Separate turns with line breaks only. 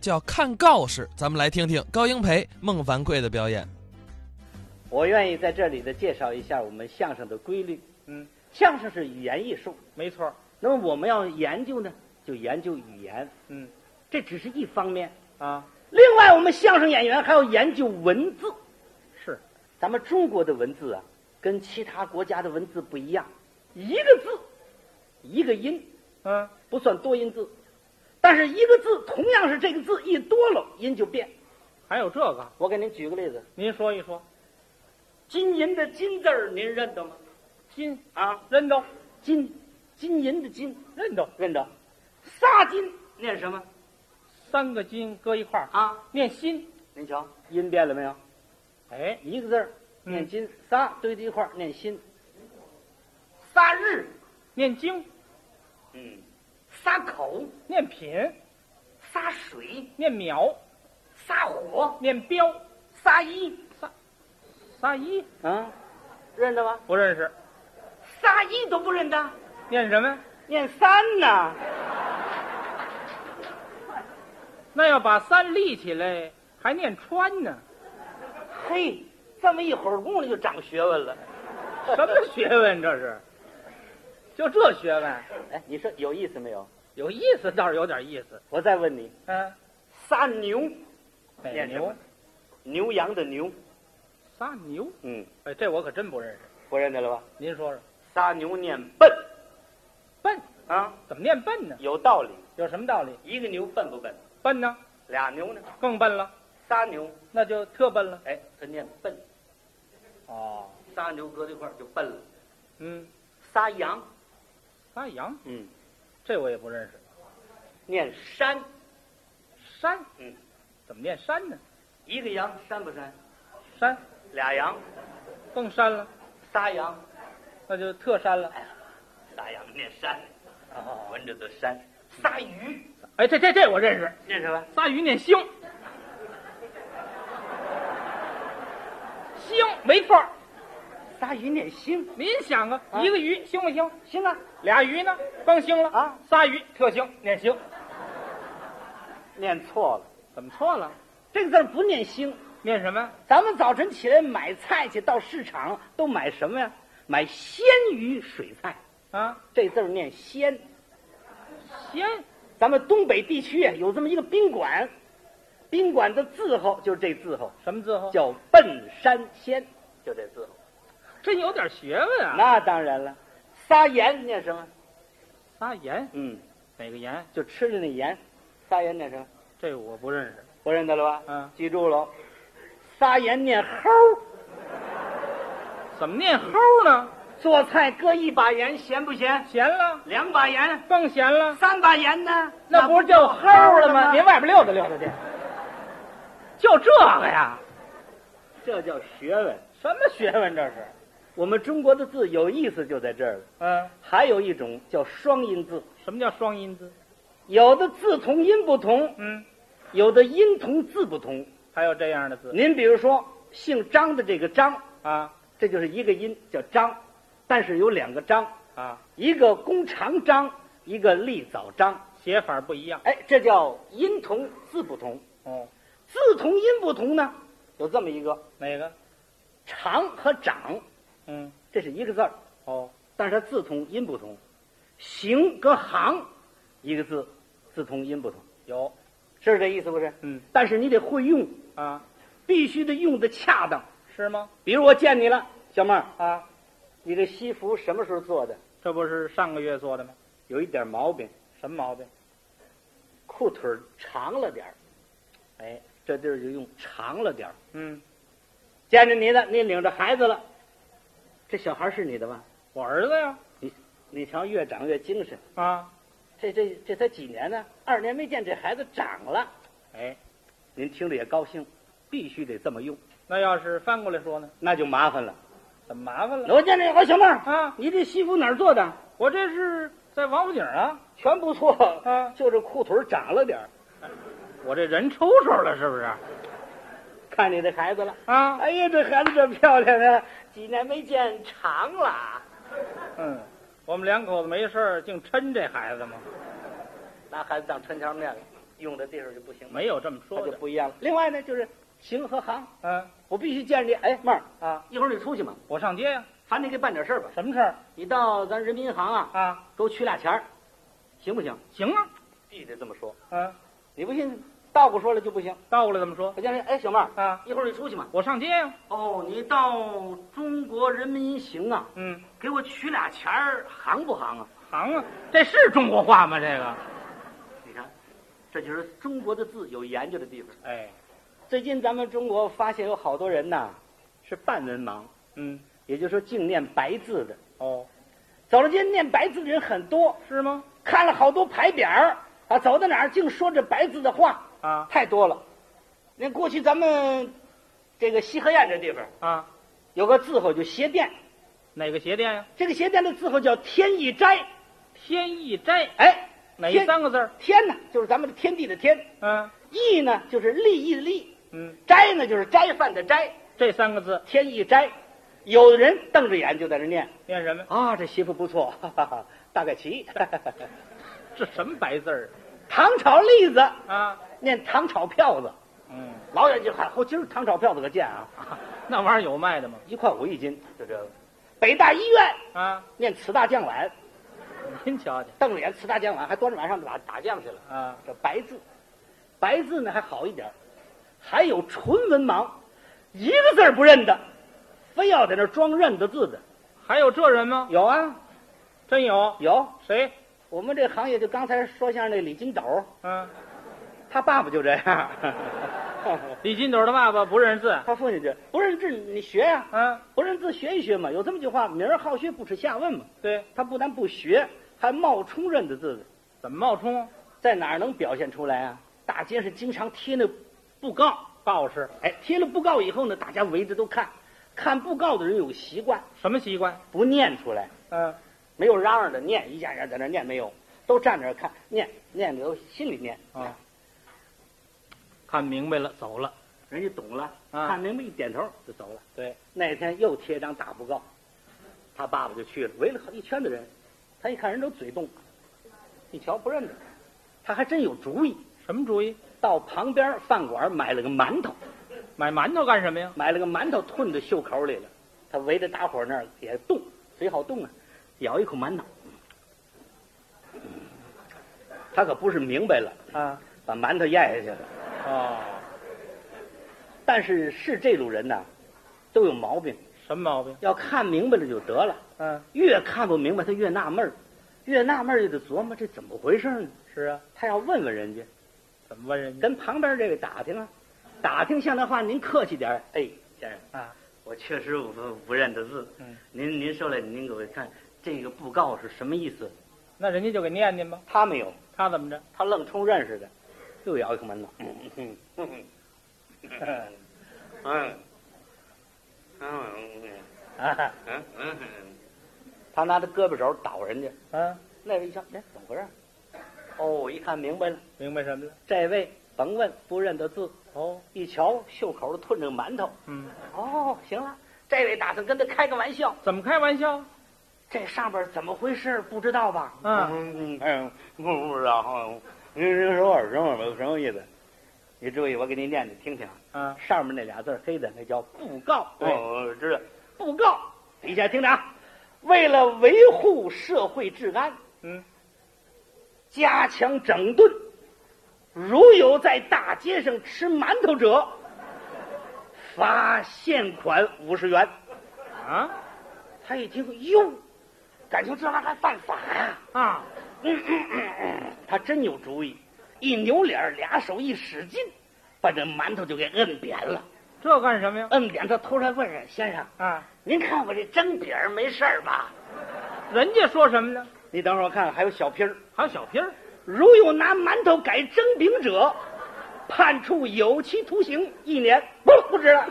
叫《看告示》，咱们来听听高英培、孟凡贵的表演。
我愿意在这里呢介绍一下我们相声的规律。
嗯，
相声是语言艺术，
没错儿。
那么我们要研究呢，就研究语言，
嗯
这只是一方面。
啊，
另外，我们相声演员还要研究文字。
是
咱们中国的文字啊，跟其他国家的文字不一样，一个字，一个音，
嗯，
不算多音字，但是一个字同样是这个字，一多了音就变。
还有这个，
我给您举个例子，
您说一说。
金银的金字儿，您认得吗？
金
啊，
认得，
金，金银的金，
认得，
认得。仨金念什么
三个金搁一块儿，
啊？
念心。
您瞧，音变了没有？
哎，
一个字儿
嗯
念金，仨堆在一块儿念心。仨日，
念经，
嗯，仨口，
念品，
仨水，
念秒，
仨火，
念标，
仨一
仨一
啊，认得吗？
不认识，
仨一都不认得，
念什么？
念三呢？
那要把三立起来，还念川呢？
嘿，这么一会儿功夫就长学问了。
什么学问这是？就这学问，
哎，你说有意思没有？
有意思倒是有点意思。
我再问你，
嗯，
仨牛，
北
念什
哎牛
么，牛羊的牛，
仨牛，
嗯，
哎，这我可真不认识。
不认得了吧？
您说说，
仨牛念笨
笨
啊，
怎么念笨呢？
有道理。
有什么道理？
一个牛笨不笨？
笨呢，
俩牛呢？
更笨了，
仨牛，
那就特笨了。
哎，他念笨，
哦，
仨牛搁在一块儿就笨了。
嗯，
仨羊，
仨羊，
嗯，
这我也不认识。
念山，
山，
嗯，
怎么念山呢？
一个羊山不山？
山
俩羊，
更山了，
仨羊，
那就特山了。
仨羊念山，闻着都膻。仨鱼
哎，这这这我认识，
念什么？
仨鱼念星，星没错儿。
仨鱼念星，
您想啊，
啊
一个鱼星不星？
星啊，
俩鱼呢，更星了
啊！
仨鱼特星，念星，
念错了，
怎么错了？
这个字儿不念星。
念什么？
咱们早晨起来买菜去，到市场都买什么呀？买鲜鱼水菜，
啊，
这字儿念鲜。
鲜
咱们东北地区啊，有这么一个宾馆，宾馆的字号就是这字号，
什么字号？
叫笨山鲜，就这字号。
真有点学问啊！
那当然了，撒盐念什么？
仨盐，
嗯，
哪个盐？
就吃的那盐，撒盐念什么？
这我不认识。
我认得了吧？
嗯
记住了，撒盐念齁。
怎么念齁呢？
做菜搁一把盐，咸不咸？
咸了，
两把盐，
更咸了，
三把盐呢？
那不是叫齁了吗？您外边溜达溜达去。就这个呀？
这叫学问。
什么学问这是？
我们中国的字有意思就在这儿了。
嗯，
还有一种叫双音字，
什么叫双音字？
有的字同音不同，
嗯，
有的音同字不同。
还有这样的字
您比如说，姓张的这个张，
啊
这就是一个音叫张，但是有两个张，
啊，
一个弓长张，一个立早张。
写法不一样
哎，这叫音同字不同。
哦。
字同音不同呢，有这么一个
哪个？
长和长，
嗯，
这是一个字儿，
哦，
但是它字同音不同。行跟行，一个字，字同音不同，
有，
是这意思不是？
嗯
但是你得会用，
啊，
必须得用的恰当。
是吗？
比如我见你了，小妹儿，
啊，
你这西服什么时候做的？
这不是上个月做的吗？
有一点毛病，
什么毛病？
裤腿儿长了点儿。
哎，
这地儿就用长了点儿。
嗯，
见着你了，你领着孩子了，这小孩是你的吧？
我儿子呀，
你你瞧，越长越精神。
啊，
这这这才几年呢？二年没见，这孩子长了。
哎，
您听着也高兴，必须得这么用，
那要是翻过来说呢，
那就麻烦了。
怎么麻烦了？
我见着你，我小妹儿，
啊，
你这西服哪儿做的？
我这是在王府井啊，
全不错，
啊
就这裤腿儿长了点儿。
我这人抽抽了是不是？
看你这孩子了，
啊，
哎呀，这孩子这漂亮啊！几年没见，长了。
嗯，我们两口子没事儿，净抻这孩子嘛。
拿孩子当抻条面了。用的地方就不行了，
没有这么
它
说
就
的。
不一样了。另外呢，就是行和行，
嗯
我必须见着你。哎，妹儿，
啊，
一会儿你出去嘛，
我上街呀、
烦你给办点事儿吧。
什么事儿
你到咱人民银行啊，
啊？
给我取俩钱儿，行不行？
行啊，
必须得这么说，
嗯、
你不信，倒过说了就不行。
倒过来怎么说
我叫你，哎，小妹儿，
啊？
一会儿你出去嘛。
我上街呀、
哦，你到中国人民银行啊，
嗯，
给我取俩钱儿，行不行啊？
行啊，这是中国话吗？这个，
你看，这就是中国的字有研究的地方。
哎，
最近咱们中国发现有好多人呐，是半文盲，
嗯，
也就是说净念白字的。
哦，
走了街念白字的人很多，
是吗？
看了好多牌匾儿啊，走到哪儿净说这白字的话，
啊
太多了。那过去咱们这个西河沿这地方
啊，
有个字号就鞋店，
哪个鞋店呀、
这个鞋店的字号叫天一斋，
天意斋，
哎，
哪
天
三个字儿？
天呢就是咱们的天地的天，
嗯
义呢就是利益的利，
嗯，
斋呢就是斋饭的斋，
这三个字
天一斋。有的人瞪着眼就在那念
念什么？
啊，这媳妇不错，哈哈哈，大概齐。
这什么白字儿
糖炒栗子
啊？
念糖炒票子，
嗯，
老远就喊：“嚯，今儿糖炒票子可见啊，
啊那玩意儿有卖的吗？
一块五一斤。”就这个。北大医院
啊，
念瓷大酱碗，
您瞧瞧
瞪着眼瓷大酱碗，还端着碗上打打酱去了。
啊，
这白字，白字呢还好一点儿，还有纯文盲，一个字儿不认得，非要在那儿装认得字的。
还有这人吗？
有啊，
真有
有。
谁？
我们这行业就刚才说相声那李金斗，
嗯，
他爸爸就这样，
李金斗他爸爸不认字。
他父亲就不认字，你学呀、
啊，
不认字学一学嘛。有这么句话：“名儿好学，不耻下问”嘛。
对，
他不但不学，还冒充认得字的，
怎么冒充？啊
在哪儿能表现出来啊？大街上经常贴那布告，
告示
哎，贴了布告以后呢，大家围着都看，看布告的人有个习惯，
什么习惯？
不念出来，
嗯、
没有嚷嚷的念，一家人在那念没有，都站那儿看，念念着心里念
啊，看明白了，走了。
人家懂了，
啊
看明白一点头就走了。
对，
那天又贴张大布告，他爸爸就去了，围了好一圈的人，他一看人都嘴动，一瞧不认得，他还真有主意，
什么主意？
到旁边饭馆买了个馒头，
买馒头干什么呀？
买了个馒头吞到袖口里了，他围着大伙儿那儿也动，嘴好动啊，咬一口馒头，他可不是明白了，
啊，
把馒头咽下去了。
哦，
但是是这路人呐，都有毛病，
什么毛病？
要看明白了就得了，
嗯、
越看不明白他越纳闷儿，越纳闷儿就得琢磨这怎么回事儿呢？
是啊，
他要问问人家，
怎么问人家？
跟旁边这位打听啊，打听像的话您客气点儿。哎，先生，
啊，
我确实我不不认得字，
嗯，
您您说来，您给我看这个布告是什么意思？
那人家就给念念吧。
他没有，
他怎么着？
他愣冲认识的，又摇一个门了。嗯嗯嗯嗯嗯嗯
啊，
嗯嗯，他拿他胳膊肘捣人家，
啊，
那位一瞧，哎，怎么回事儿？哦，一看明白了，
明白什么了？
这位甭问不认得字，
哦，
一瞧袖口吞着个馒头。
嗯，
哦，行了，这位打算跟他开个玩笑，
怎么开玩笑？
这上边怎么回事不知道吧？
嗯
嗯嗯，不不知道。您您说什么什么意思？你注意，我给您念念听听啊。
啊，
上面那俩字儿黑的，那叫布告。
对
哦，知道。布告，底下听着啊。为了维护社会治安，
嗯，
加强整顿，如有在大街上吃馒头者，罚现款五十元。
啊，
他一听，哟，感情这玩意儿还犯法呀、
啊，
嗯他真有主意，一扭脸儿，俩手一使劲，把这馒头就给摁扁了。
这干什么呀？
摁扁，他头来问人先生
啊，：“
您看我这蒸饼儿没事儿吧
人家说什么呢？？”
你等会儿我看看，还有小瓶儿。
还有小皮儿，
如有拿馒头改蒸 饼者，判处有期徒刑一年。不，不知道，